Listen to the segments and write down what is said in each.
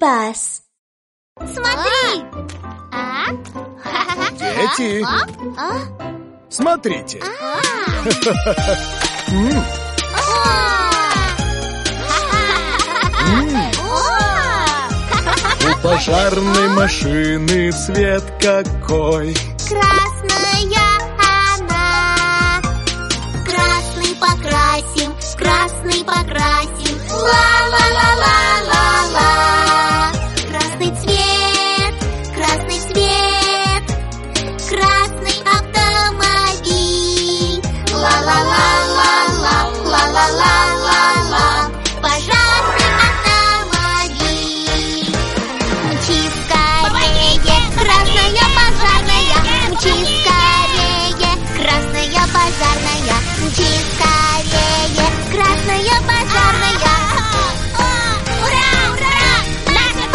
пас. Смотри! А? Дети, А? смотрите. А? А? М, У пожарной машины цвет какой. Красная она Красный покрасим, красный покрасим Ла-ла-ла-ла-ла-ла Красный цвет, красный цвет Красный автомобиль Ла-ла-ла-ла-ла, ла-ла-ла-ла-ла Пожарный автомобиль Мчи скорее, красная пожарная Мчи скорее, красная пожарная Мчи скорее, красная пожарная Ура, ура, наша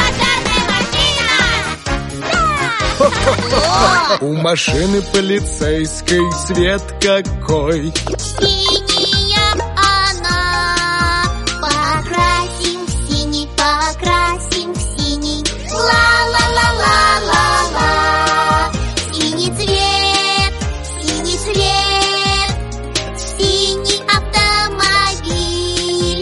пожарная машина У машины полицейской цвет какой. Синяя она Покрасим в синий, покрасим в синий Ла-ла-ла-ла-ла-ла Синий цвет, синий цвет Синий автомобиль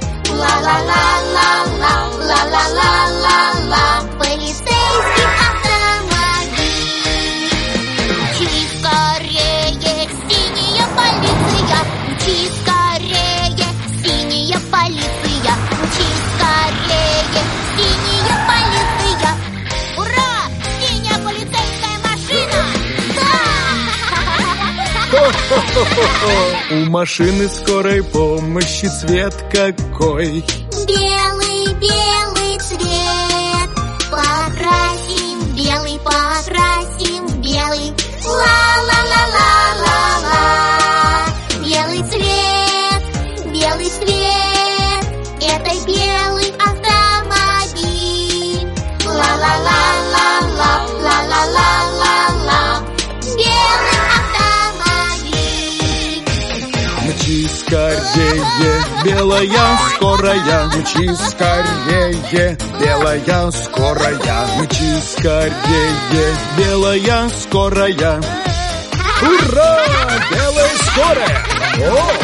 Ла-ла-ла-ла-ла-ла-ла-ла-ла Полицейский автомобиль Мчи скорее, синяя полиция, мчи скорее, синяя полиция, мчи скорее, синяя полиция. Ура! Синяя полицейская машина! Да! У машины скорой помощи цвет какой. Белый, белый цвет Покрасим в белый, покрасим в белый Ла-ла-ла-ла-ла-ла Белый цвет, белый цвет Это белый автомобиль Ла-ла-ла-ла-ла-ла-ла-ла-ла Белый автомобиль Мчи скорее, белая скорая, мчи скорее, белая скорая, мчи скорее, белая скорая. Ура! Белая скорая! О!